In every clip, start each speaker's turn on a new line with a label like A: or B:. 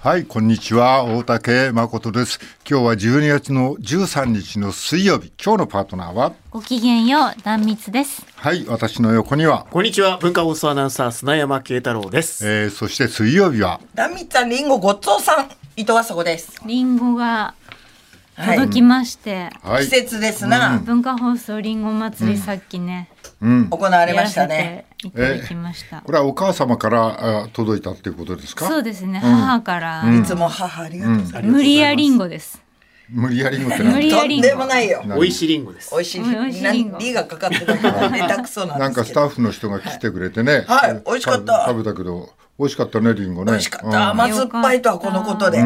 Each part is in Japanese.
A: はい、こんにちは。大竹誠です。今日は12月の13日の水曜日。今日のパートナーは
B: ごきげんよう、断密です。
A: はい、私の横には。
C: こんにちは。文化放送アナウンサー、砂山慶太郎です。
A: えー、そして水曜日は。
D: 断密さん、りんごごちそうさん、伊藤麻子です。
B: りんごが届きまして。
D: はい、季節ですな、
B: うん、文化放送りんご祭り、さっきね。
D: うんうん、行われましたね。
B: いただきました、
A: これはお母様からあ届いたっていうことですか。
B: そうですね。母から、
D: いつも母ありがとうございます。
B: 無理やりんごです。
A: 無理やりんごって
D: 無理やりんご。でもないよ。
C: 美味しいりんごです。
D: 美味しい。美味しいりんご。がかかってたからネタクソなん
A: なんかスタッフの人が来てくれてね。
D: はい。美味しかった。
A: 食べたけど。美味しかったね、リンゴね。
D: 美味しかった。甘酸っぱいとはこのことで。
B: よ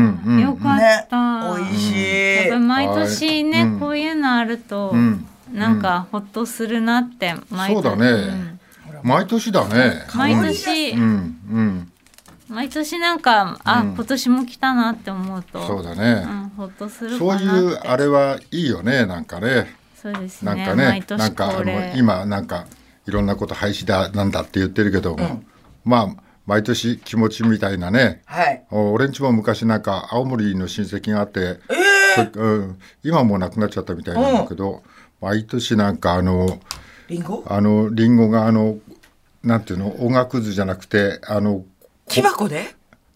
B: かった。
D: 美味しい。
B: 毎年ね、こういうのあると、なんかほっとするなって、
A: 毎年。そうだね。毎年だね。
B: 毎年。うん。毎年なんか、あ、今年も来たなって思うと。
A: そうだね。
B: ほっとする。
A: そういうあれはいいよね、なんかね。
B: そうです
A: なんかね、なんか、今なんか、いろんなこと廃止だ、なんだって言ってるけども。まあ。毎年気持ちみたいなね、
D: はい、
A: 俺んちも昔なんか青森の親戚があって、
D: えー
A: うん、今もう亡くなっちゃったみたいなんだけど、毎年なんかあの
D: リンゴ
A: あのリンゴがあのなんていうの音楽図じゃなくてあの
D: 木箱で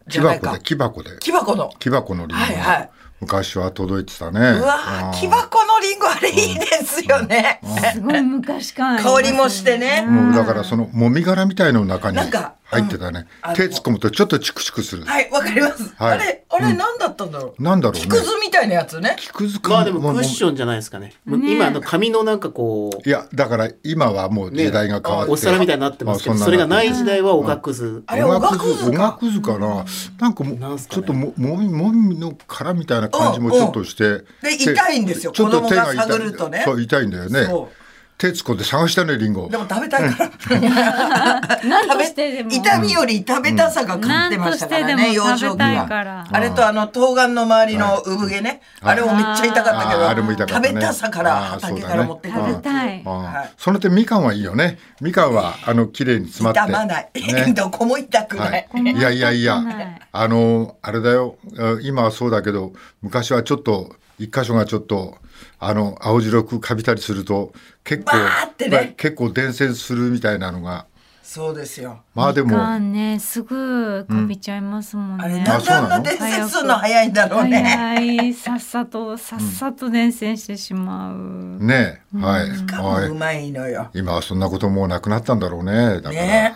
A: 木箱で木箱で
D: 木箱の
A: 木箱のリンゴが、はいはい昔は届いてたね。う
D: わ木箱のリンゴあれいいですよね。
B: すごい昔から。
D: 香りもしてね。
A: もうだからそのもみ殻みたいの中に入ってたね。手突っ込むとちょっとチクチクする。
D: はい、わかります。あれ、あれ何だったんだろ
A: う。なんだろう
D: 木くずみたいなやつね。
A: 木くず
C: まあでもクッションじゃないですかね。今の紙のなんかこ
A: う。いや、だから今はもう時代が変わって。
C: お皿みたいになってますけど、それがない時代はおがくず。
D: あれおがくず
A: おがくずかな。なんかもちょっともみ、もみの殻みたいな。感じもちょっとして。
D: で、痛いんですよ。
A: ちょっと手が
D: 探るとね。
A: そう、痛いんだよね。手突っ込んで探したね、リンゴ。
D: でも食べたいから。
B: 食べて
D: 痛みより食べたさが勝ってましたからね、
B: 幼少期は。
D: あれとあの、冬瓜の周りの産毛ね。あれもめっちゃ痛かったけど。あれも痛かった。食べたさから畑から持ってくる。
B: 食べたい。
A: その点、みかんはいいよね。みかんは、あの、綺麗に詰まって。
D: 痛まない。 どこも痛くない。
A: いやいやいや。あの、あれだよ。今はそうだけど、昔はちょっと、一箇所がちょっと、あの、青白くかびたりすると、結構、
D: ね、
A: 結構伝染するみたいなのが。
D: そうですよ。
A: まあでも。、
B: ね、すぐかびちゃいますもんね。うん、あれ、
D: だんだん伝染するの早いんだろうね。
B: 早い、さっさと、さっさと伝染してしまう。うん
A: ねはい。
D: はい、うまいのよ。
A: 今はそんなこともうなくなったんだろうね。
D: ね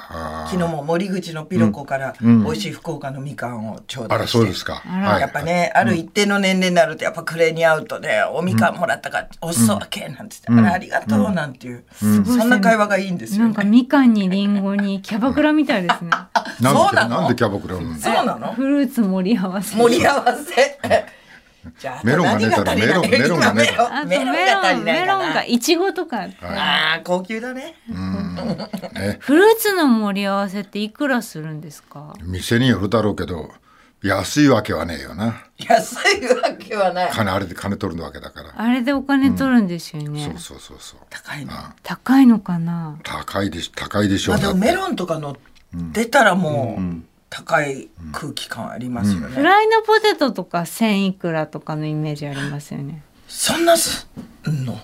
D: 昨日も森口のピロコから、美味しい福岡のみかんをちょうど、
A: あら、そうですか。
D: やっぱね、ある一定の年齢になると、やっぱ暮れに会うとね、おみかんもらったから、お裾分け、なんて言って、あれありがとう、なんていう、そんな会話がいいんですよ、
B: なんかみかんにリンゴにキャバクラみたいです ね。
A: そうなのなんでキャバクラ
D: そうなの
B: フルーツ盛り合わせ。
D: 盛り合わせ。
A: じゃあメロンが出たらメロンメロンがね。
B: あとメロンメロンがいちごとか。
D: ああ高級だね。
B: フルーツの盛り合わせっていくらするんですか。
A: 店によるだろうけど安いわけはねえよな。
D: 安いわけはない。
A: 金あれで金取るわけだから。
B: あれでお金取るんですよね。
A: そうそうそうそう。
D: 高いの。
B: 高いのかな。
A: 高いでし高いでしょう。
D: あメロンとかの出たらもう。高い空気感ありますよね、
B: フライのポテトとか千いくらとかのイメージありますよね
D: そんなすの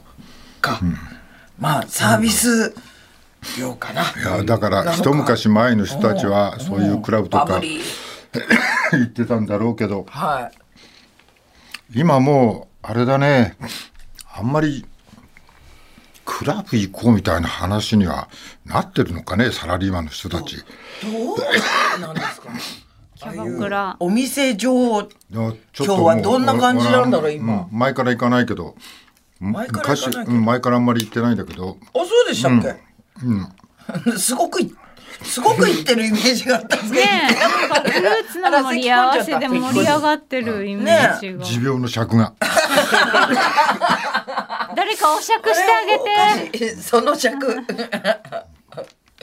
D: か、まあサービス量かない
A: やだから一昔前の人たちはそういうクラブとか 言ってたんだろうけど、、
D: はい
A: 今もうあれだねあんまりクラブ行こうみたいな話にはなってるのかねサラリーマンの人たち。
D: どうなんですか
B: キャバクラ
D: お店女王今日はどんな感じなんだろう今、
A: うん、前から行かないけど
D: 前から行かない
A: けど前からあんまり行ってないんだけど
D: あそうでしたっけ、
A: うん、
D: うん、すごくすごく言ってるイメージがあったんですね。
B: なんかフルーツの盛り合わせで盛り上がってるイメージが。
A: 持病の尺が。
B: 誰かお釈してあげて。
D: その尺。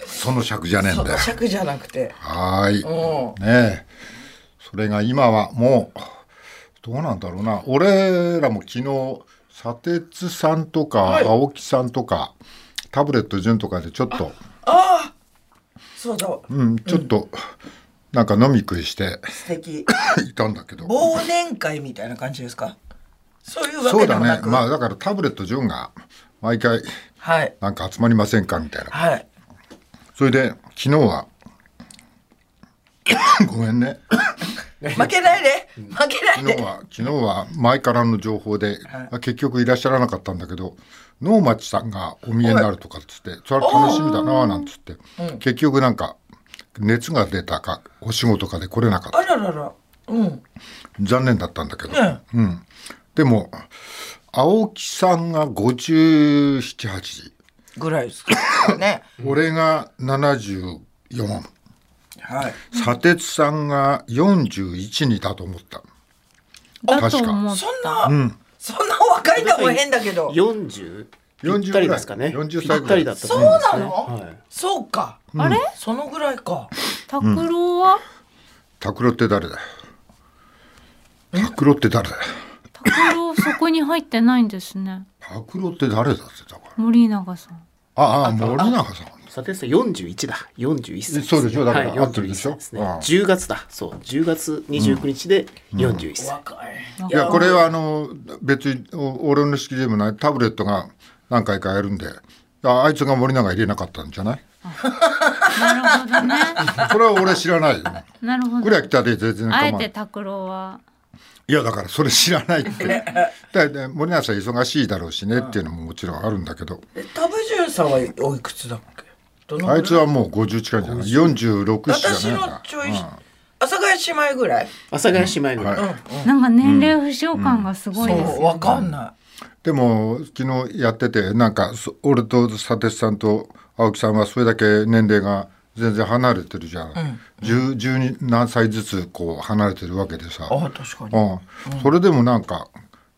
A: その尺じゃねえんだよ。その
D: 尺じゃなくて。
A: はい。ねそれが今はもう、どうなんだろうな。俺らも昨日、砂鉄さんとか、青木さんとか、タブレット順とかでちょっと。
D: ああそうだ。
A: うん、ちょっと、なんか飲み食いして
D: 素敵
A: いたんだけど。
D: 忘年会みたいな感じですかそういうわ
A: そ
D: け
A: う
D: で
A: だ
D: もな
A: ね。
D: く、
A: まあだからタブレットジョンが毎回
D: はい
A: なんか集まりませんかみたいな。
D: はい
A: それで昨日 はごめんね。
D: 負けないで負けない
A: 昨日
D: で
A: は昨日は前からの情報で、結局いらっしゃらなかったんだけど能町さんがお見えになるとかっつってそれは楽しみだなあなんつって、結局なんか熱が出たかお仕事かで来れなかっ
D: あ
A: た
D: らららうん
A: 残念だったんだけど、
D: うん
A: うん、でも青木さんが578
D: ぐらいですかね
A: 俺が74
D: はい
A: 砂鉄さんが41にだと思った
B: だと思っ
D: そ
B: た
D: んな、そんな若いのも変だけど
C: 40?
A: 40
C: ぴったりですかね。
A: ぐらい40歳
C: ぴったりだったと
D: そう
C: 思います
D: な
C: ね
D: の、
C: はい
D: そうか、
B: あれ
D: そのぐらいか
B: 拓郎は
A: 拓郎って誰だよ拓郎って誰だよ
B: 拓郎そこに入ってないんですね
A: 拓郎って誰だってだから
B: 森永さん
A: ああ森永さん
C: さてさん41だ41歳
A: そうでしょだから
C: はい
A: 合ってるでしょ
C: 41歳すね
A: うん
C: 10月だそう10月29日で41歳、
D: 若い
A: いやこれはあの別にお俺の式でもないタブレットが何回かやるんでああいつが森永入れなかったんじゃない
B: なるほどね
A: それは俺知らないよ
B: なるほ
A: これ
B: ど
A: は北で全然
B: あ
A: 構
B: え
A: わな
B: て
A: い
B: 拓郎はい
A: やだからそれ知らないってだから森永さん忙しいだろうしねっていうのももちろんあるんだけど
D: えタブジュンさんはおいくつだっけどのぐら
A: あいつはもう50近いんじゃない46し
D: 私
A: じゃない
D: の
A: か
D: ちょい、阿佐ヶ谷姉妹ぐらい
C: 阿佐ヶ谷姉妹ぐらい、
A: はい
B: なんか年齢不詳感がすごい
D: そ
B: です、
D: うわかんな
A: でも昨日やっててなんかそ俺と佐哲さんと青木さんはそれだけ年齢が全然離れてるじゃん、十十に何歳ずつこう離れてるわけでさ
D: い、あ確かに
A: うんそれでもなんか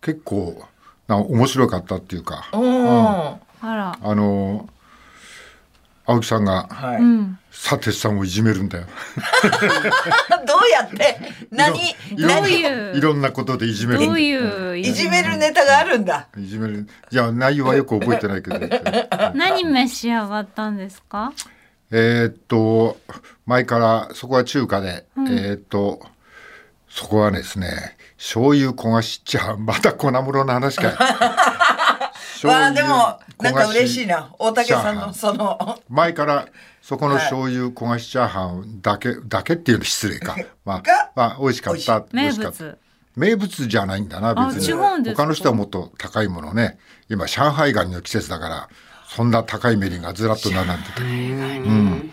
A: 結構な面白かったっていうか、
D: うんは
B: あら
A: あの青木さんが
D: い、
B: うん
A: 佐哲さんをいじめるんだよ。
D: どうやって何
A: いろんな
B: どう
D: 何
B: いう
A: いろんなことでいじめ
B: ど
A: るんだよ
B: ういう
D: いじめるネタがあるんだ
A: いじめるいや内容はよく覚えてないけど
B: 何召し上がったんですか
A: えーっと前からそこは中華で、えーっとそこはですね醤油焦がしじゃあまた粉物の話かい醤
D: わあでもなんか
A: 焦がし
D: 嬉しいな大竹さん
A: チャーハ
D: の
A: ン
D: その
A: 前からそこの醤油焦がしチャーハンだけ、だけっていうの失礼 か、まあ
D: が、
A: まあ、美味しかった美
B: 名
A: 味しかった
B: 物
A: 名物じゃないんだな
B: あ
A: 別
B: 違うんで
A: に
B: すか
A: 他の人はもっと高いものね今上海ガニの季節だからそんな高いメニューがずらっと並んでてうん、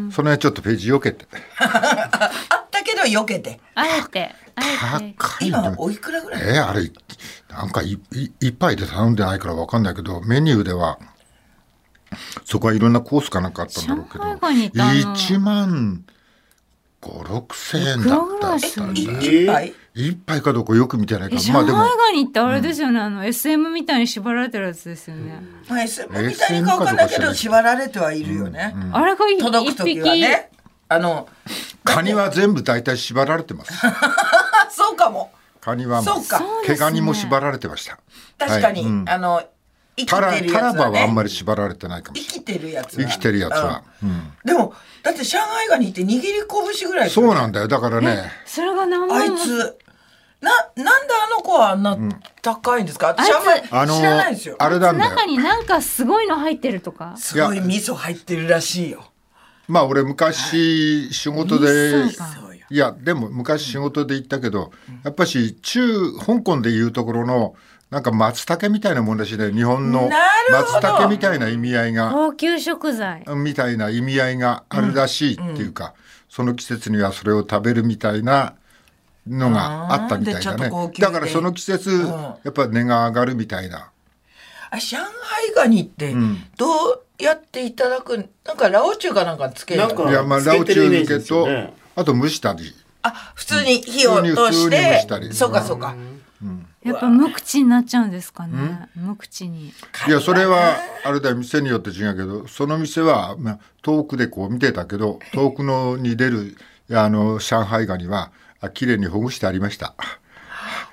A: うん、その辺ちょっとページよけて
D: あったけど避けて
B: あえてあえて
A: 高い
D: 今
A: の
D: おいくらぐらい
A: えーあれなんかいい一杯で頼んでないからわかんないけどメニューではそこはいろんなコースかなんかあったんだろうけど
B: 上海ガニってあの
A: 1万56,000円だっ
B: 黒ぐ
A: た
B: ら
A: ら
B: いする
C: えー
D: 一杯
A: 一杯かどうかよく見てないか
B: え
A: ら
B: 上
A: まあ
B: 海
A: でも
B: ガニってあれですよね、あの SM みたいに縛られてるやつですよね、
D: まあ SM みたいにかわかんないけど縛られてはいるよね
B: あれが一
D: 届く時
B: 匹、
D: はねあの
A: カニは全部大体縛られてます
D: あそうかも
A: カニはもう
D: そうかそう
B: で
A: 毛
B: すね
A: ガニも縛られてました
D: 確か
A: はい
D: に
A: うん
D: あの生き
A: タラ
D: てる
A: タ
D: や
A: ラ
D: つ
A: バ
D: は
A: はあん
D: ね
A: まり縛られてないかも
D: 生
A: しれない
D: きてるやつ
A: 生
D: は
A: きてるやつは、うん
D: でもだって上海ガニって握り拳ぐらい
A: そうなんだよだからね
B: それが何
D: あ
B: 万
D: い
B: も
D: つななんであの子はあんな高いんですか私あんまり知
A: あの
D: らないですよ
A: あれなんだよ
B: 中になんかすごいの入ってるとか
D: すごい味噌入ってるらしいよ
A: まあ俺昔仕事
B: は
A: で
B: い
D: そうよ
A: いやでも昔仕事で行ったけどやっぱし中香港でいうところのなんか松茸みたいなもんだしね日本の
D: なるほど
A: 松茸みたいな意味合いが
B: 高級食材
A: みたいな意味合いがあるらしいっていうか、その季節にはそれを食べるみたいなのがあったみたい
D: あーでちょ
A: だ
D: っ
A: ね
D: と高級で
A: だからその季節、
D: ん
A: やっぱ値が上がるみたいな
D: あ上海ガニって
A: ん
D: どうやっていただくなんかラオチュウかなんかつける
C: なんか
A: いやまあ
C: つけ
A: ラオ
C: て
A: チ
C: る
A: ュ
C: イメー
A: ウ
C: ジ
A: 抜
C: で
A: け
C: すよ
A: と、
C: ね
A: あと蒸したり
D: あ普通に火を
A: 普通に
D: 通し
A: 普通に蒸
D: て
A: したり
D: そうかそうか
B: やっぱ無口になっちゃうんですかね無口に
A: いやそれはあれだよ店によって違うけどその店は、まあ、遠くでこう見てたけど遠くのに出るあの上海ガニはあ綺麗にほぐしてありました。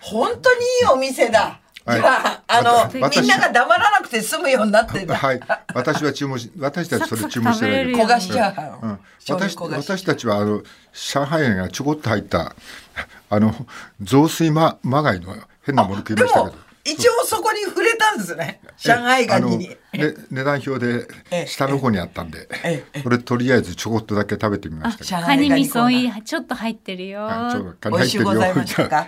D: 本当にいいお店だ
A: はい
D: ああの、
A: 私
D: みんなが黙らなくて済むようになってんだ。
A: はい、私は注文し、私たちそれ注文してないけど
B: サクサク食べれるよ
D: 焦がしチャーハンを。
A: うん、
D: 醤油
A: 私
D: 焦がし
A: 私たちはあの上海がちょこっと入ったあの雑炊ままがいの変なもの食い
D: で
A: ましたけ
D: も
A: ど。、
D: 一応そこに触れたんですね。上海ガニに。
A: あのね、値段表
D: ええ
A: で下の方にあったんで
D: ええ
A: これとりあえずちょこっとだけ食べてみましたけど
D: 上
B: カ
D: 海
B: ニ
D: ガ
B: 味
D: コーナ
B: 噌
D: ー
B: いいちょっと入ってるよ。
A: はいちょっと
D: 美味しゅうござい ましたか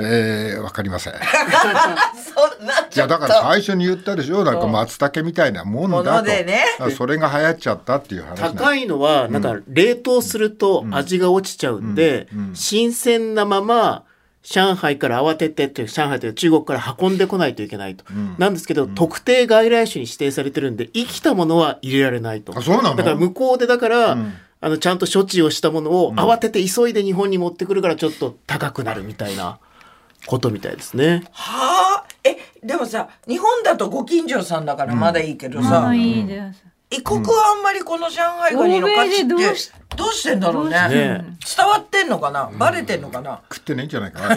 A: ええわかりま せん。
D: そんなち
A: い
D: ょ
A: や
D: っ
A: だ
D: と
A: から最初に言ったでしょなんか松茸みたいなもんだと
D: ものでね
A: だからそれが流行っちゃったっていう話なん
C: 高いのは、なんか冷凍すると味が落ちちゃうんで、新鮮なまま、上海から慌ててって、上海というか中国から運んでこないといけないと。なんですけど、特定外来種に指定されてるんで、生きたものは入れられないと。
A: あそうなの
C: だから向こうでだから、あの、ちゃんと処置をしたものを慌てて急いで日本に持ってくるからちょっと高くなるみたいなことみたいですね。
D: はあえでもさ日本だとご近所さんだからまだいいけどさ、
B: まあいいです。
D: 異国はあんまりこの上海ガニの価値
B: 欧米で
D: ってどう
B: どうし
D: してんだろうね
B: どう
C: してんの
D: 伝わってんのかなバレてんのかな、
A: 食ってねえんじゃないかな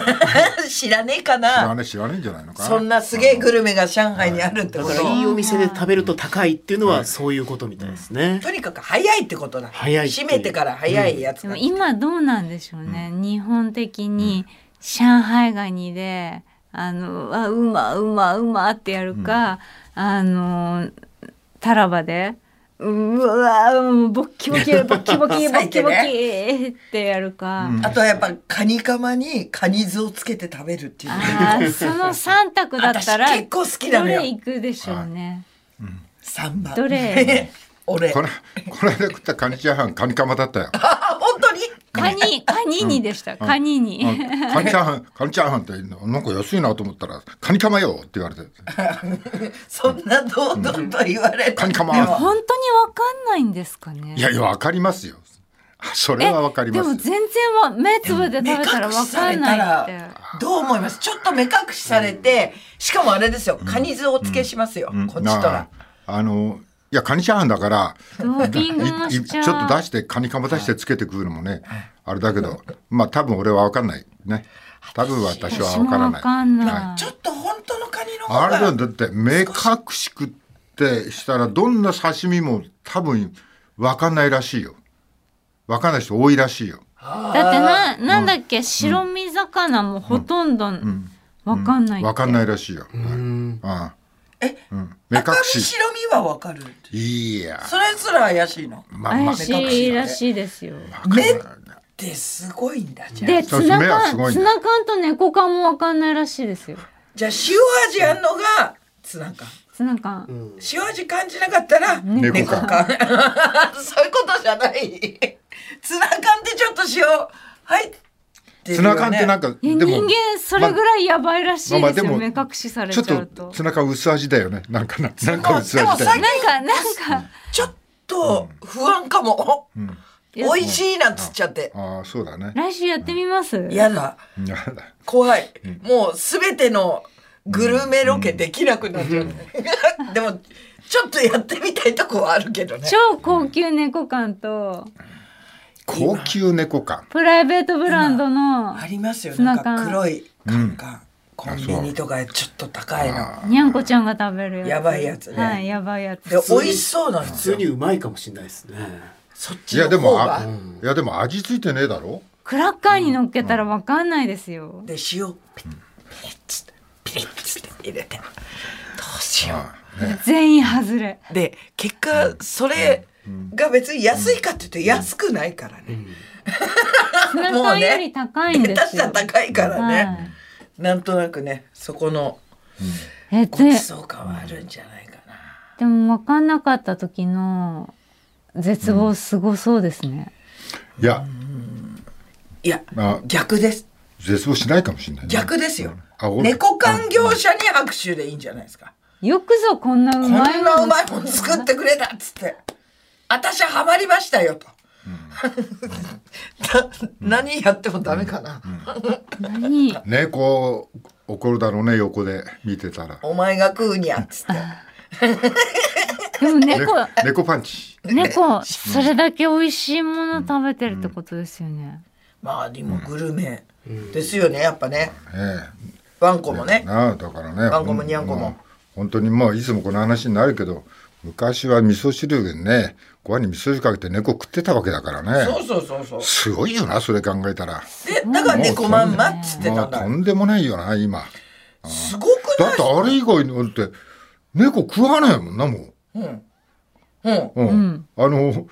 A: 知
D: 知らねえからな
A: ねえ知らねえんじゃないのか
D: そんなすげえグルメが上海にあるって
C: だ
D: こ
C: か
D: と
C: らいいお店で食べると高いっていうのはそういうことみたいですね。
D: とにかく早いってことだ
C: 早いってい
D: 閉
C: う
D: めてから早いやつ
B: で
D: だ、
B: も今どうなんでしょうね、日本的に上海ガニであのあうまうまうまってやるか、あのタラバでうわうんボッキボキボッキボキボッ
D: 最
B: キ
D: 低
B: ボキ
D: ね
B: ってやるか、
D: あとはやっぱカニカマにカニ酢をつけて食べるっていう
B: あーその三択だったら
D: 私結構好きなのよ
B: どれ行くでしょうね、
D: 三番
B: どれ
D: 俺
A: これこの間食ったカニチャーハンカニカマだったよ
D: あ本当に
B: カニカニにでした、カニに、
A: うんカニチャーハン、カニチャーハンってなんか安いなと思ったら、カニカマよって言われて、
D: そんな堂々と言われて
A: カニカマ
D: でも
B: 本当にわかんないんですかね
A: いやいや、わかりますよ。それ
B: え
A: はわかりま
B: でも
A: すよ。
B: 全然わ目つぶって食べたらわかんないって
D: どう思いますちょっと目隠しされて、しかもあれですよカニ酢をお付けしますよ、
A: うん
D: こっち
A: な
D: とら
A: あ。あの、いや、カニチャーハンだから、
B: ドーピングも
A: いい
B: し
A: ち
B: ち
A: ょ
B: ゃ
A: っ
B: う
A: と出して、カニカマ出してつけて食うのもね、あれだけど、まあ多分俺はわかんない。ね。多分私は
B: 私
A: わ
B: も
A: から
B: わ
A: ない。
B: かんない、
D: ちょっと本当のカニの方
A: あれだ
D: が
A: よだって目隠し食ってしたらどんな刺身も多分分かんないらしいよ分かんない人多いらしいよ
B: だってななんだっけ、白身魚もほとんどわかんないって、
A: 分かんないらしいよ、
C: うん
A: あ
D: え
A: あうん、目隠
D: 赤
A: し
D: 身白身はわかる
A: いや
D: それすら怪しいの
A: まあまあ
B: 怪しいらしいですよ
D: 目ってすごいんだじゃあ
B: で
A: そう
B: ツナ
A: 目はす
B: 缶
A: ごいね
B: ツナ缶と猫缶もわかんないらしいですよ
D: じゃあ塩味あんのがツナ缶
B: ツナ缶、
D: 塩味感じなかったら
A: 猫
D: 猫
A: か
D: 缶 そういうことじゃないツナ缶ってちょっと塩入ってるよ、ね、
A: ツナ缶ってなんか
B: い
A: で
B: や
A: も
B: 人間それぐらいやばいらしいですよ、
A: まあまあでも
B: 目隠しされ
A: ち
B: ち
A: ょっ
B: ゃう
A: と
B: と
A: ツナ缶薄味だよねなんかななんか薄
D: でも
A: 味だよ
D: さっ
A: ね
B: なんかなんか
D: ちょっと不安かも、美味しいなっつっちゃって
A: ああそうだね
B: 来週やってみます
D: 嫌だ
A: いやだ
D: 怖い、もうすべてのグルメロケできなくなっちゃう、でもちょっとやってみたいとこはあるけどね
B: 超高級猫缶と
A: 高級猫缶
B: プライベートブランドの
D: ありますよ
B: ツナ
D: なん
B: 缶
D: か黒い缶缶、コンビニとかちょっと高いの
B: にゃんこちゃんが食べるやつ
D: やばいやつね
B: はいやばいやつ
D: で美味しそうなの
C: 普通にうまいかもしれないですね。
D: そっ
A: い
D: ち
A: やで
D: の方
A: も
D: が
A: あいやでも味付いてねえだろ
B: クラッカーに乗っけたらわかんないですよ、
D: で塩ピッピッつってピッつって入れてどうしよう
B: 全員外れ
D: で結果それが別に安いかっていうと安くないからね、
B: ツナ缶より高いん
D: 下
B: で
D: 手
B: す
D: し
B: よ、
D: たら高いからね、
B: はい
D: なんとなくねそこの
B: え
D: ごち
B: で
D: そう感はあるんじゃないかな、
B: でも分かんなかった時の絶望すごそうですね、
A: いや
D: いや
A: あ
D: 逆です
A: 絶望しないかもしれないね
D: 逆ですよ
A: あ俺
D: 猫缶業者に拍手でいいんじゃないですか、
B: よくぞこんなう
D: こん
B: まい
D: なうまいもん作ってくれたっつって私はまりましたよと、 な何やってもダメかな、
B: 何
A: 猫怒るだろうね横で見てたら
D: お前が食うにゃっつって
B: でも
A: ね
B: 猫
A: 猫パンチ
B: 猫それだけ美味しいもの食べてるってことですよね、
D: まあでもグルメですよねやっぱね、
A: ええ
D: ワンコもね。
A: なあだからね
D: ワンコもニャンコも
A: ほん本当にもういつもこの話になるけど昔は味噌汁にねご飯に味噌汁かけて猫食ってたわけだからね
D: そうそうそうそう。
A: すごいよなそれ考えたら
D: で、だから猫まんまっつって
A: も
D: た
A: うん
D: だ
A: と。んでもないよな今
D: すごく
A: だ
D: な
A: っ
D: い
A: てあれ以外に俺って猫食わないもんなもう。
D: うん。うん。
A: うんあのご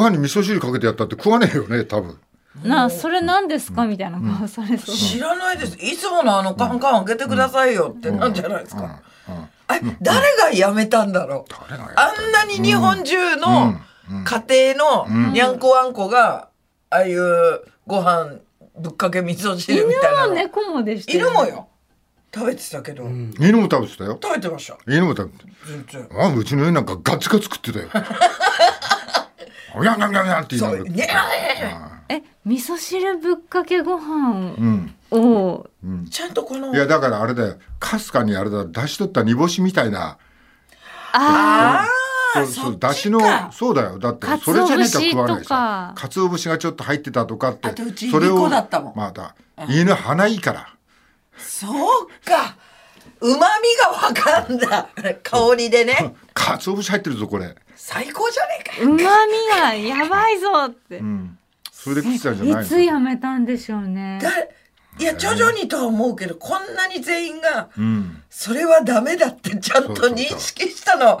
A: 飯に味噌汁かけてやったって食わねえよね多分
B: なあそれ何ですかみたいな顔されそう。
D: 知らないです。いつものあのカンカン開けてくださいよってなんじゃないですか。あれ誰がやめたんだろう。
A: 誰がやった
D: あんなに日本中の家庭のにゃんこわんこが、ああいうご飯ぶっかけ味噌汁みたいな
B: 犬も
D: の。
B: 猫もでした
D: 犬もよ。食べてたけど、
A: 犬も食べてたよ
D: 食べてました。
A: 犬も食べて
D: 全然。
A: あうちの犬なんかガツガツ食ってたよ おやんやんやんやんって言いながら
D: そう、
A: 食っ
D: に
A: て
D: ゃ
A: た
B: え味噌汁ぶっかけご飯
A: うん
B: を、
D: ーちゃんとこの
A: いやだからあれだよかすかにあれだ出し取った煮干しみたいな
B: あ
D: あ
A: そう
D: あ、
A: そ
D: そうっ
A: だ
D: ち
A: しの
D: か。
A: そうだよだってそれじゃなきゃ食わないさ
B: か
A: 鰹節がちょっと入ってたとかって
D: あとうち
A: それ
D: 二
A: を
D: 個だったもん
A: また犬鼻いいから
D: そうか。うまみがわかんだ。香りでね。
A: 鰹節入ってるぞこれ
D: 最高じゃねえか
B: うまみがやばいぞって、
A: それで食ってたんじゃないい
B: つ
A: の
B: やめたんでしょうね
D: だいや徐々にとは思うけどこんなに全員が
A: うん
D: それはダメだってちゃんと認識した
A: そ
D: の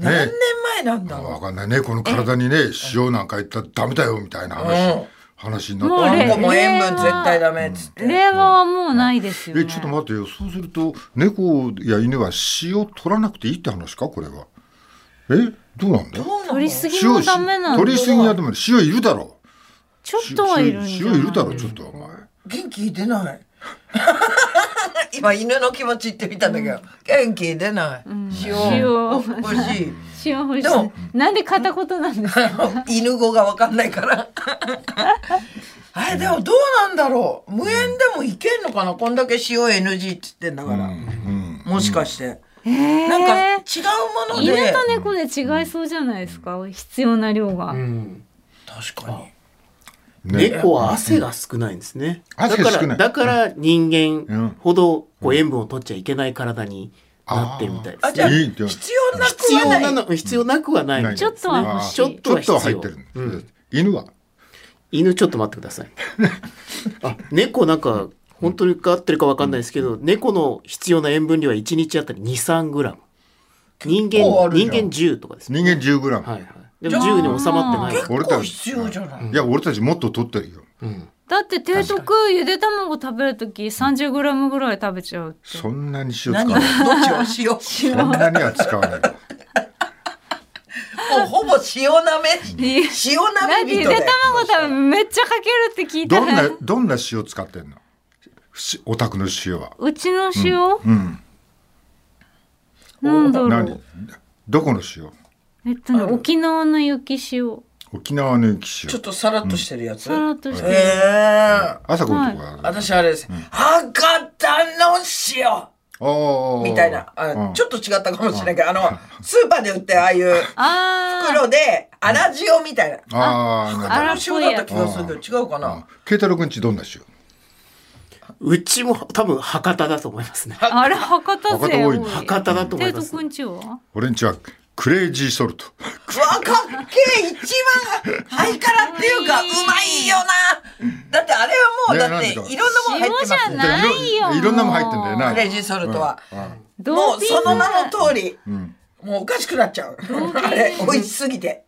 A: うね
D: 何年前なんだ
A: わ
D: ろ
A: かんないねこの体にね塩なんかいったらダメだよみたいな話、
D: うん
A: 話になっ
B: もう
D: う
A: た
B: ね
D: 猫も塩分絶対ダメっつって
B: 令和はもうないですよね
A: えちょっと待ってよそうすると猫や犬は塩取らなくていいって話かこれはえどうなんだよ
D: どうなの
B: 取りすぎ
A: 塩
B: も
A: し
B: ダメなんだ
A: 取りすぎはダメだ塩いるだろ
B: ちょっとはいるんじゃ
A: 塩
B: ない
A: いるだろちょっとお前
D: 元気出ない 今犬の気持ち言ってみたんだけど元気出ない
B: 塩
D: 塩おいしい
B: 塩欲し
D: でも
B: いなんで片言なんですか
D: 犬語がわかんないから あれでもどうなんだろう無縁でもいけんのかなこんだけ塩 NG っつってんだから、もしかして、
B: え
D: なんか違
B: ー
D: うもの
B: 犬
D: で
B: と猫で違いそうじゃないですか必要な量が、
C: うん
D: 確かに
C: 猫は汗が少ないんですね。
A: うん
C: だか
A: 汗少な
C: ら、
A: い
C: だから
A: う
C: 人
A: ん
C: 間ほどこう塩分を取っちゃいけない体になってるみたいです
D: あ
C: ね。
D: じゃあ
A: いいって
D: 必要な
C: 必
D: くは
C: 要
D: な
C: ないの、必要なくはない。
B: ちょっとは欲しい
A: あー
C: ちょっ
A: ちょ
C: とは
A: っとは
C: 必
A: 入っ
C: 要
A: てるんです、
C: うん
A: 犬は
C: 犬ちょっと待ってくだ さい。あ、猫なんか、本当に合ってるかわかんないですけど、猫の必要な塩分量は1日あたり2、3グラム。人
A: 構ある
C: 間、
A: じゃ
C: 人
A: ん
C: 間10とかですね。
A: 人間 10g、
C: はいはい。でも10に収まってない
D: 結。
A: 俺た
D: 構
A: ち
D: 必要じゃない、
A: い、や俺たちもっと取ってるよ
C: うん
B: だって定食ゆで卵食べるとき 30g ぐらい食べちゃうって
A: そんなに塩使わ
D: 何ど
A: な
D: っ
A: い
D: ちを塩
A: そんなには使 わない
D: もうほぼ塩なめ
B: いや
D: 塩な
B: だっ
D: め
B: てゆ
D: 人
B: で
D: で
B: 卵多分めっちゃかけるって聞いた
A: どん
B: ら
A: などんな塩使ってんのしお宅の塩は
B: うちの塩、
A: うん
B: なんだろ
A: 何
B: う
A: どこの塩
B: えっとね沖縄の雪塩
A: 沖縄の雪
D: ちょ
A: 塩
D: っとさらっとしてるやつ、
B: さらっとして
D: え
B: る、
D: え
A: 朝子のとこはある
D: 私あれです、博多の塩
A: ああ
D: みたいな、あ
A: うん
D: ちょっと違ったかもしれないけど、あの、スーパーで売ってるああいう
B: あー
D: 袋で、粗塩みたいな。
A: あーなん
B: あ
A: だ
B: ら
D: あの塩だった気がするけど、違うか
A: あ
D: な。
A: 慶太郎くんちどんな塩
C: うちも多分博多だと思いますね。
B: あれ博多勢
A: 博多多いね
C: 博多だと思い
B: 帝
C: ま
B: 都
C: す
B: く。んちは
A: 俺んちはクレイジーソルト
D: わ、かっけえ一番ハイカラっていうか、う
B: いい
D: まいよなだってあれはもう、
A: ね
D: だって、い
A: な
D: ろ
A: んか
B: 塩
D: んなもん入って
B: じゃ
D: ますね。
B: ないよ
A: いろんなもん入ってんだよな
D: クレイジーソルトは。
B: ド
D: も
B: ー
D: う、
B: ピン
D: そ
B: グ
D: の名の通り、
A: ん
D: もうおかしくなっちゃう。あれ、美味しすぎて。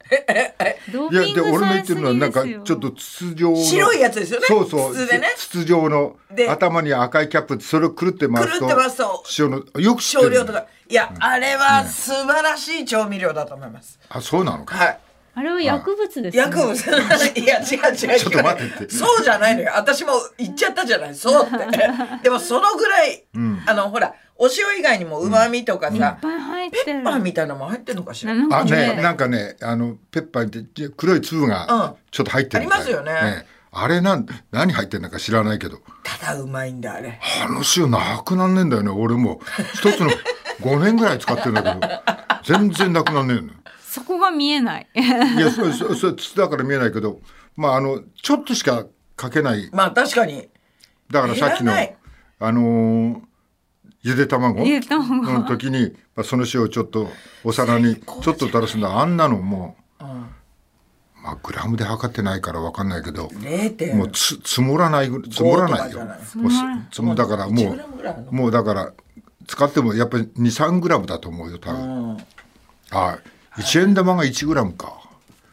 B: ドー
A: いや
B: ピン
A: で
B: グ
A: 俺の
B: さ
A: 言
B: れ
A: って
B: す
A: るのは
B: ぎ
A: なん
B: です
A: か
B: よ
A: ちょっと筒状の
D: 白いやつですよね
A: そうそう
D: 筒でね
A: 筒状の
D: で
A: 頭に赤いキャップそれをくるって回すと
D: くるって回すと
A: 塩のよく知って
D: 少
A: る
D: 量とか。いや、あれは素晴らしい調味料だと思います。
A: あそうなのか
D: はい。
B: あれは薬物ですよね
D: 薬物いや違う違う違う
A: ちょっと待ってって
D: そうじゃないのよ私も言っちゃったじゃないそうって でもそのぐらい、あのほらお塩以外にもうまみとかさ
B: いっ、ぱい入ってる
D: パンみたいなのも入ってるのかしら、
B: なん
A: あ
B: か
A: ね、
B: ね
A: なんかね、あのペッパーにで黒い粒
D: うん
A: がちょっと入ってるみたい、
D: ありますよね
A: あれなん何入ってるのか知らないけど、
D: ただうまいんだあれ
A: あの塩なくなんねえんだよね。俺もう一つの5年ぐらい使ってるんだけど、全然なくなんねえの。
B: そこが見えない
A: いや、そうそうそう筒だから見えないけど、まああのちょっとしかかけない。
D: まあ確かに
A: だからさっきの
D: いらない
A: あのーゆで卵
B: ゆで卵
A: の時に、まあ、その塩をちょっとお皿にちょっと垂らすんだあんなのもう、まあ、グラムで測ってないから分かんないけど
D: 零点
A: もうつ積もらないぐ積もらないよ
D: とかじ
A: もうすもうだからも
D: 1グラムぐらいあるの
A: うもうだから使ってもやっぱり23グラムだと思うよ多分、はい1円玉が1グラムか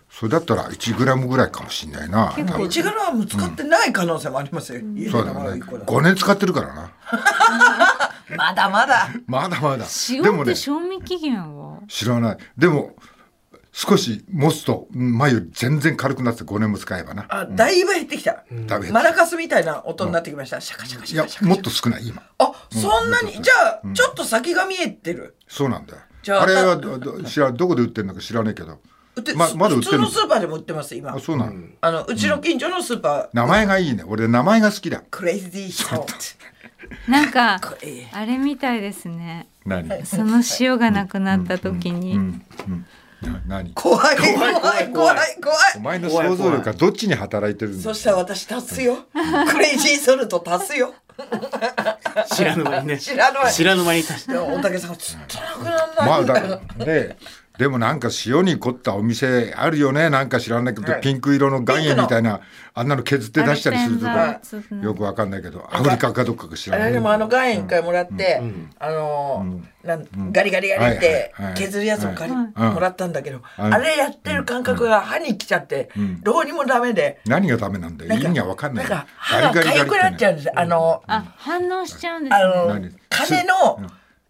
A: それだったら1グラムぐらいかもしんないな多分
D: 1グラム使ってない可能性もありますよ、ゆで
A: そうだ
D: 卵
A: よね
D: 一個だと
A: 5年使ってるからな
D: まだまだ
A: まだまだで
B: 塩
A: も
B: って
A: ね
B: 賞味期限は
A: 知らないでも少し持つと前より全然軽くなって5年も使えばな
D: あだいぶ減ってきた、
A: だいぶ減ってきた
D: マラカスみたいな音になってきました、シャカシャカ
A: い
D: シャ
A: や
D: カシャカ
A: もっと少ない今
D: あそんなに、
A: うん
D: じゃあ、ちょっと先が見えてる
A: そうなんだよ
D: じゃあ
A: あれはどど知らどこで売ってるのか知らないけど
D: 売って、
A: ままだ売って
D: 普通
A: る
D: の
A: の
D: スーパーでも売ってます今
A: あそうなの、
D: あのうちの近所のスーパー、
A: 名前がいいね俺名前が好きだ
D: クレイジーソート
B: なん か
D: これ
B: あれみたいですね
A: 何、
B: その塩がなくなった時に、
A: うんうんな何
D: 怖い怖い怖い怖い怖い
A: お前の想像力がどっちに働いてるんだ
D: そしたら私足すよクレイジーソルト足すよ
C: 知らぬ間にね。
D: 知らぬ間に
C: 知らぬ間に足し
D: でも大竹さんがずっとなくなんない
A: まあだからねでもなんか塩に凝ったお店あるよねなんか知らないけど、
D: はい
A: ピンク色の岩
D: ピ
A: 塩
D: ンクの
A: みたいなあんなの削って出したりすると
B: あれ
A: か
B: 天ぷら
A: よくわかんないけどアフリカかどっかか知ら
D: あ
A: ない
D: れ
A: け
D: で
A: ど
D: もあの岩塩一回もらって、あのーなんガリガリガリって
A: はいはいはい
D: 削るやつを借り、
A: いはい
D: もらったんだけど、
A: うん
D: あれやってる感覚が歯に来ちゃって、どうにもダメで、
A: 何がダメなんだよ
D: なん
A: 意
D: か
A: 味がわかんない
D: なんか歯が痒くなっちゃうんですよあの、
B: あ反応しちゃうんです
D: あ
B: ね
D: の
A: 何
D: 金の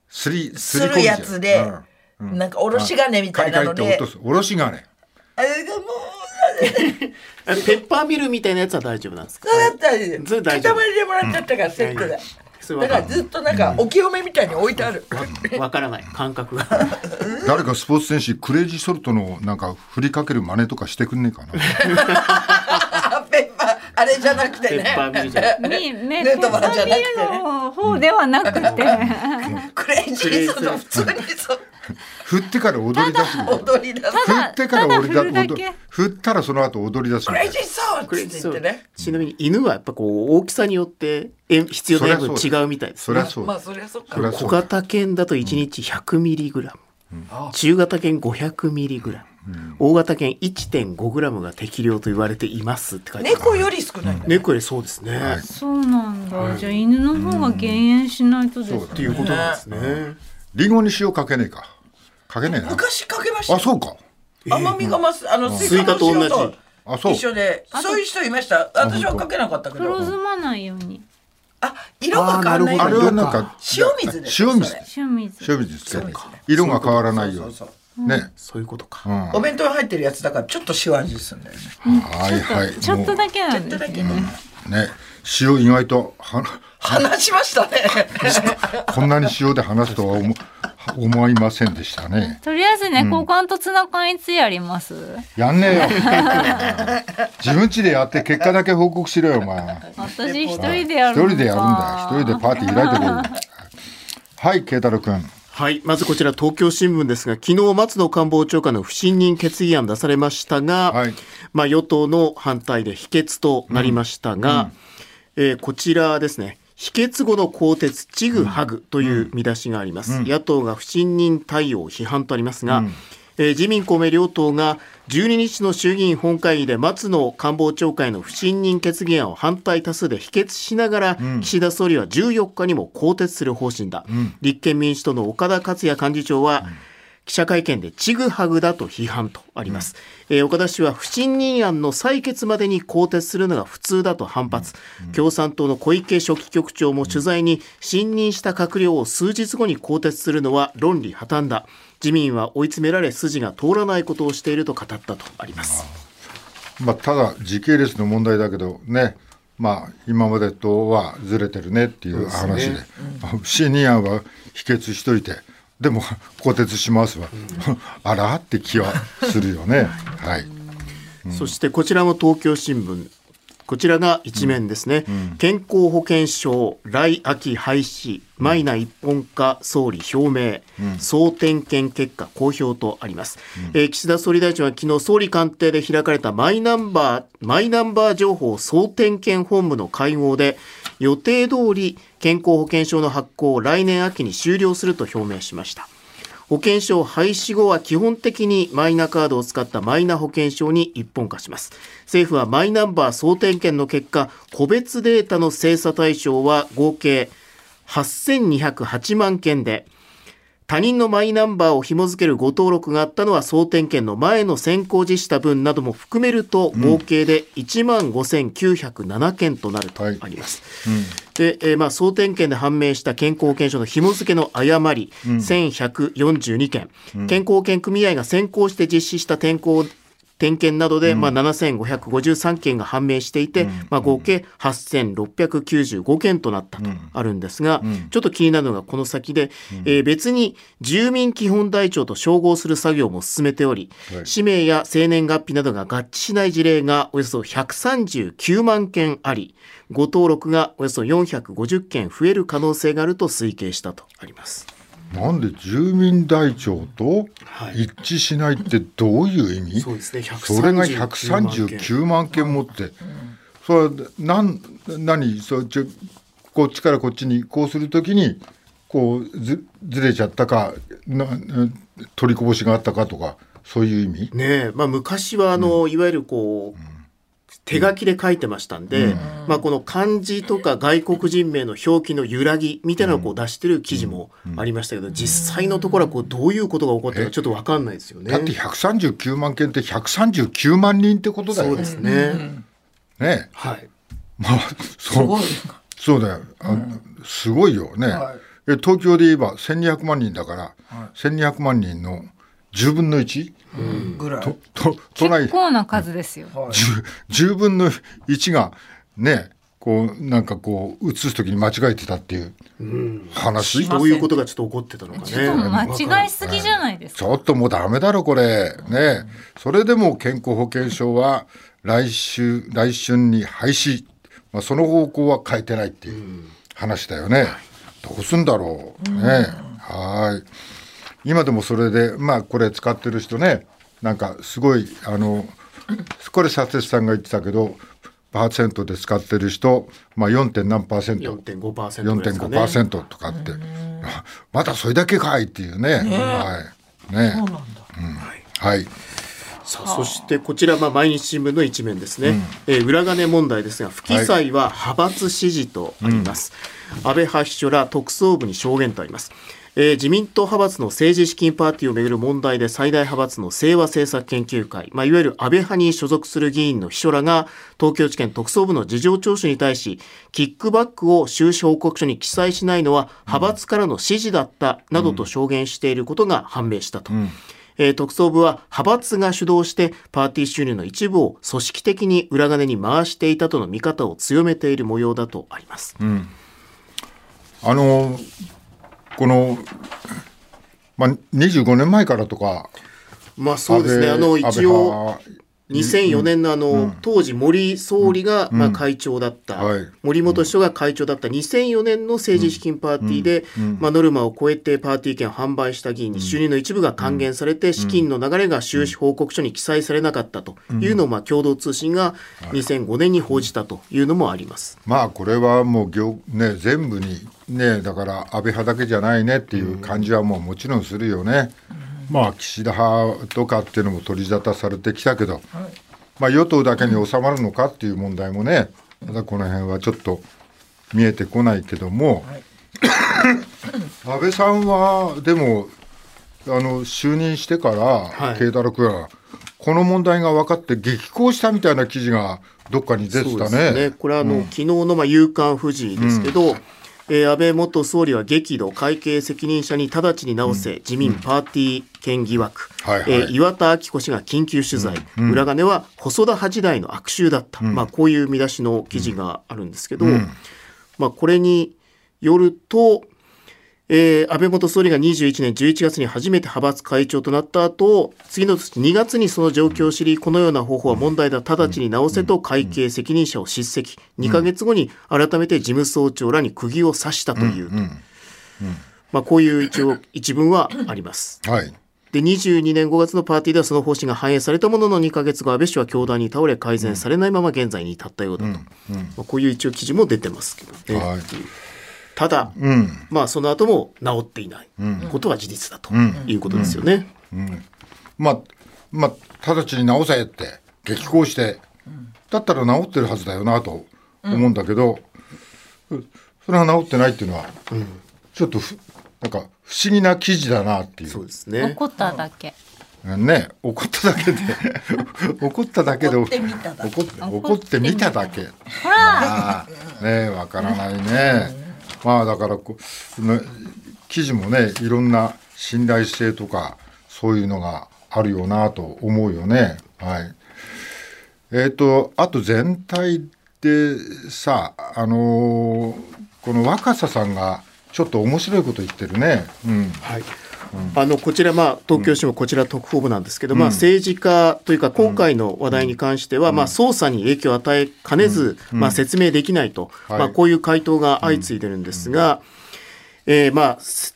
A: すりす
D: す
A: り込ん
D: る
A: じゃ
D: や
A: う
D: つで
A: うん、
D: なんかおろし金みた
A: カ
D: い
A: リカ
D: な
A: リ
D: の
A: って落
D: で
A: とすおろし金
D: あれがもう
C: た。ペッパーミルみたいなやつは大丈夫なんですか
D: そうだったり
C: それ
D: 塊
C: 大丈夫
D: でもらっちゃったからセットで。
C: それ
D: だ
C: わから
D: かずっとなんかお清めみたいに置いてある。
C: らわからない。感覚 が。
A: 誰かスポーツ選手クレイジーソルトのなんか振りかける真似とかしてくんねえかな
D: あペッパーあれじゃなくて
C: ペッパーミル
D: ね。
C: じゃ ない。
B: みめ
D: ヌ
B: ペ
D: ート
B: ッパ
D: バーじゃ
B: ー
D: な
B: ミ
D: くてね
B: ルの方ではなくて、
D: クレイジーソード普通にそう
A: 振ってから踊り出すみたいな
D: 踊り出す。
A: 振ってから踊り
B: ただ振るだけ
A: 踊り振ったらその後踊り出す
D: ク
A: みた
D: レ
A: い
D: イ
A: な
D: ジーソード
C: クレ
D: っ
C: イジ
D: て
C: ー
D: 言
C: ソ
D: って
C: ルト
D: ね。
C: ちなみに犬はやっぱこう大きさによって塩必要な塩分
A: そりゃ
C: 違うみたいです
A: そ
C: ね
A: りゃそう
D: まあ
A: だ
D: そりゃそっか
A: そ。りゃそ
C: 小
A: うだ
C: 型犬だと1日100ミリグラム、中型犬500ミリグラム、大型犬1.5グラムが適量と言われていますって書いてある。
D: 猫より少ないんだ。
C: 猫よりそうですね。っ
B: そうなんだ。じゃあ犬の方が減塩しないとですね
A: そうだ
C: ていうことなんですね。
A: リンゴに塩かけねえかかけねえな
D: 昔かけました
A: あ
D: よ。
A: そうか
D: 甘みが増すあのスイカ
C: スイ
D: の
C: カ
D: 塩
C: と同
D: と
C: じ
A: あそう
D: 一緒でそういう人いました。私はかけなかったけ
B: 黒
D: ど。
B: ずまないように
D: あ色が変わらない
C: あ
A: あ
C: なる
A: れ
C: ほど
A: はなんか
D: 塩水です
A: 塩水
B: 塩水
A: 塩水つけ
D: そう
A: る
D: ですね
A: 色が変わらないよ
D: そううそう
A: にね
C: そういうことか。
A: うん
D: お弁当に入ってるやつだからちょっと塩味するんだよね。
A: はいはい
B: ちょっとだけな
D: ちょ
B: ん
D: っ
B: で
D: とだ
B: す
D: け
B: ね。
A: も
D: ね。
A: うね塩意外とは
D: 話しました ね。
A: こんなに塩で話すとは思思いませんでしたね
B: とりあえずね、交換とツナ缶いつやります
A: やんねえよ自分家でやって結果だけ報告しろよお前
B: 私一人でやる
A: 一人でやるんだよ一人でパーティー開いてこいよはい慶太郎君
C: はい。まずこちら東京新聞ですが、昨日松野官房長官の不信任決議案出されましたが、
A: はい
C: まあ与党の反対で否決となりましたが、えーこちらですね。否決後の更迭、チグハグという見出しがあります。野党が不信任対応批判とありますが、えー自民公明両党が12日の衆議院本会議で松野官房長官への不信任決議案を反対多数で否決しながら、岸田総理は14日にも更迭する方針だ、立憲民主党の岡田克也幹事長は、記者会見でちぐはぐだと批判とあります、えー岡田氏は不信任案の採決までに更迭するのが普通だと反発、共産党の小池書記局長も取材に信任した閣僚を数日後に更迭するのは論理破綻だ自民は追い詰められ筋が通らないことをしていると語ったとあります
A: まあ、ただ時系列の問題だけどね、まあ、今までとはずれてるねっていう話でまあ不信任案は否決しといてでも更迭しますわ、 あらって気はするよね。はい、
C: そしてこちらも東京新聞。こちらが一面ですね、健康保険証来秋廃止マイナ一本化総理表明、総点検結果公表とあります、えー岸田総理大臣は昨日総理官邸で開かれたマイナンバーマイナンバー情報総点検本部の会合で予定通り健康保険証の発行を来年秋に終了すると表明しました保険証廃止後は基本的にマイナカードを使ったマイナ保険証に一本化します政府はマイナンバー総点検の結果個別データの精査対象は合計8208万件で他人のマイナンバーを紐付けるご登録があったのは総点検の前の先行実施した分なども含めると合計で1万5907件となるとあります。で、えーまあ、総点検で判明した健康保険証の紐付けの誤り、1142件、健康保険組合が先行して実施した点行点検などで、まあ、7553件が判明していて、まあ、合計8695件となったとあるんですが、ちょっと気になるのがこの先で、えー別に住民基本台帳と照合する作業も進めており、
A: はい
C: 氏名や生年月日などが合致しない事例がおよそ139万件あり、ご登録がおよそ450件増える可能性があると推計したとあります。
A: なんで住民台帳と
C: はい
A: 一致しないってどういう意味、
C: そうですね、
A: それが
C: 139万
A: 139万
C: 件。
A: 件持って、それなん何そうちょこっちからこっちにこうするときにこうずずれちゃったかなうん取りこぼしがあったかとかそういう意味、
C: ねえ、まあ、昔はあの、いわゆるこう、手書きで書いてましたんで、まあ、この漢字とか外国人名の表記の揺らぎみたいなのをこう出してる記事もありましたけど、実際のところはこうどういうことが起こってるかちょっと分かんないですよね。
A: だって139万件って139万人ってことだ
C: そ
A: よ
C: う
A: ね
C: ですね。
A: ね
C: はい。
A: まあ
D: す
A: そう
D: ごい。
A: そうだよあのすごいよね、
D: はい
A: え東京で言えば1200万人だから、1200万人の10分の 1?
D: ぐらい。
A: とと都内
B: 結構な数ですよ。
D: はい
A: 10分の1がねこうなんかこう写す時に間違えてたっていう話、
C: どういうことがちょっと起こってたのかね。
B: ちょっと間違いすぎじゃないです
A: ち
B: か。
A: ょっともうダメだろこれねそれでも健康保険証は来週来春に廃止、まあ、その方向は変えてないっていう話だよね、どうすんだろうね、はーい今でもそれでまあこれ使ってる人ねなんかすごいあのこれ佐哲さんが言ってたけどパーセントで使ってる人、まあ、4. 点何パーセント
C: 4.5%ぐらいですかね。
A: 4.5%とかって、あまだそれだけかいっていうね。はい。ね。そうなんだ。はい。
C: さあそしてこちら、まあ、毎日新聞の一面ですね、えー裏金問題ですが不記載は派閥支持とあります、安倍派秘書ら特捜部に証言とあります、えー自民党派閥の政治資金パーティーをめぐる問題で最大派閥の清和政策研究会、まあ、いわゆる安倍派に所属する議員の秘書らが東京地検特捜部の事情聴取に対しキックバックを収支報告書に記載しないのは派閥からの指示だったなどと証言していることが判明したと。えー特捜部は派閥が主導してパーティー収入の一部を組織的に裏金に回していたとの見方を強めている模様だとあります。
A: あの、この、まあ、25年前からとか、
C: まあそうですね。あ
A: 安倍
C: の
A: 安
C: 一
A: 倍
C: 応
A: 派
C: 2004年のあの、当時森総理がまあ会長だった、
A: はい
C: 森本秘書が会長だった2004年の政治資金パーティーで、まあ、ノルマを超えてパーティー券を販売した議員に収入の一部が還元されて、資金の流れが収支報告書に記載されなかったというのを、まあ、共同通信が2005年に報じたというのもあります。
A: まあこれはもう業、ね、全部に、ね、だから安倍派だけじゃないねっていう感じはもうもちろんするよね。まあ岸田派とかっていうのも取り沙汰されてきたけど、まあ与党だけに収まるのかっていう問題もね、まだこの辺はちょっと見えてこないけども、安倍さんはでも、あの就任してから、
C: い
A: 慶太郎君は、この問題が分かって激高したみたいな記事がどっかに出てた
C: そうですね。これはあの、昨日のまあ夕刊富士ですけど、えー安倍元総理は激怒、会計責任者に直ちに直せ、自民パーティー権疑惑、
A: はいはい
C: えー岩田明子氏が緊急取材、裏金は細田派時代の悪臭だった、まあ、こういう見出しの記事があるんですけど、まあ、これによると、えー安倍元総理が21年11月に初めて派閥会長となった後、次の年2月にその状況を知り、このような方法は問題だ、直ちに直せと会計責任者を叱責。2ヶ月後に改めて事務総長らに釘を刺したというと。まあ、こういう一応、一文はあります。
A: はい。
C: で22年5月のパーティーではその方針が反映されたものの2か月後安倍氏は教団に倒れ改善されないまま現在に至ったようだと、まあ、こういう一応記事も出てますけどね、
A: はい
C: っていうただ、
A: うん
C: まあ、その後も治っていないことは事実だということですよね。
A: まあまあ直ちに直せって激高して、だったら治ってるはずだよなと思うんだけど、それは治ってないっていうのは、ちょっとふなんか不思議な記事だなっていう
C: そうですね
B: 怒っただけ
A: ね怒っただけで怒っただけで
D: 怒ってみただけ
A: 怒って怒ってみただけ
B: ほら
A: ああねわからないねまあだからこね記事もねいろんな信頼性とかそういうのがあるよなと思うよねはいえっ、とあと全体でさあのーこの若狭さんがちょっと面白いこと言ってるねうん
C: はいあのこちら、まあ、東京新聞、こちら特報部なんですけど、まあ、政治家というか、今回の話題に関しては、まあ、捜査に影響を与えかねず、まあ、説明できないと、
A: はい
C: まあ、こういう回答が相次いでるんですが、えーまあ、す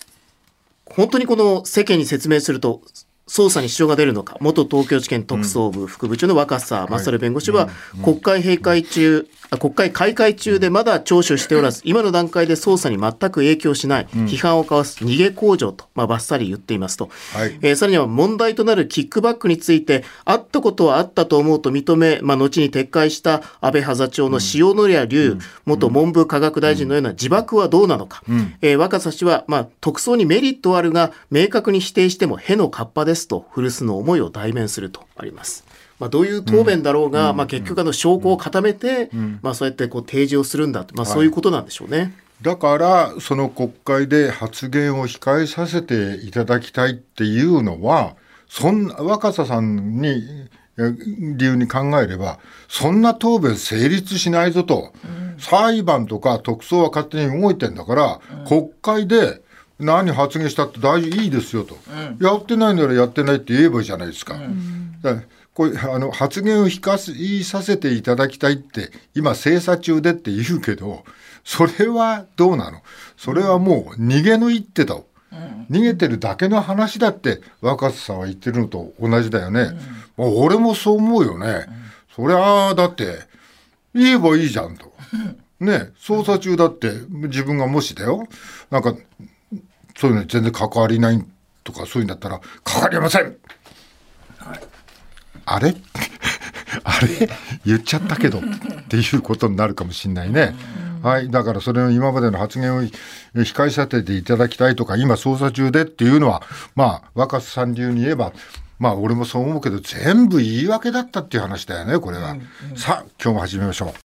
C: 本当にこの世間に説明すると、捜査に支障が出るのか、元東京地検特捜部副部長の若狭勝弁護士は、国会閉会中、あ国会開会中でまだ聴取しておらず、今の段階で捜査に全く影響しない、批判を交わす逃げ工場と、まあ、ばっさり言っていますと、
A: はい
C: えーさらには問題となるキックバックについて、あったことはあったと思うと認め、まあ、後に撤回した安倍派座長の塩野谷龍元文部科学大臣のような自爆はどうなのか、えー若狭氏は、まあ、特捜にメリットはあるが、明確に否定しても、へのカッパですと、古巣の思いを代弁するとあります。まあ、どういう答弁だろうが、まあ、結局あの証拠を固めて、まあ、そうやってこう提示をするんだと、まあ、そういうことなんでしょうね。
A: だからその国会で発言を控えさせていただきたいっていうのはそんな若狭さんにえ理由に考えればそんな答弁成立しないぞと、裁判とか特捜は勝手に動いてんだから、国会で何発言したって大丈夫いいですよと、やってないならやってないって言えばいいじゃないですか。だからこういうあの発言を引かす言いさせていただきたいって今精査中でって言うけどそれはどうなのそれはもう逃げの一手だ、逃げてるだけの話だって若狭さんは言ってるのと同じだよね、まあ俺もそう思うよね、そりゃあだって言えばいいじゃんと。ね捜査中だって自分がもしだよなんかそういうのに全然関わりないとかそういうんだったら「関わりません!」あれ あれ言っちゃったけどっていうことになるかもしれないね。はい。だからそれの今までの発言を控えさせていただきたいとか、今捜査中でっていうのは、まあ、若狭さん流に言えば、まあ、俺もそう思うけど、全部言い訳だったっていう話だよね、これは。さあ、今日も始めましょう。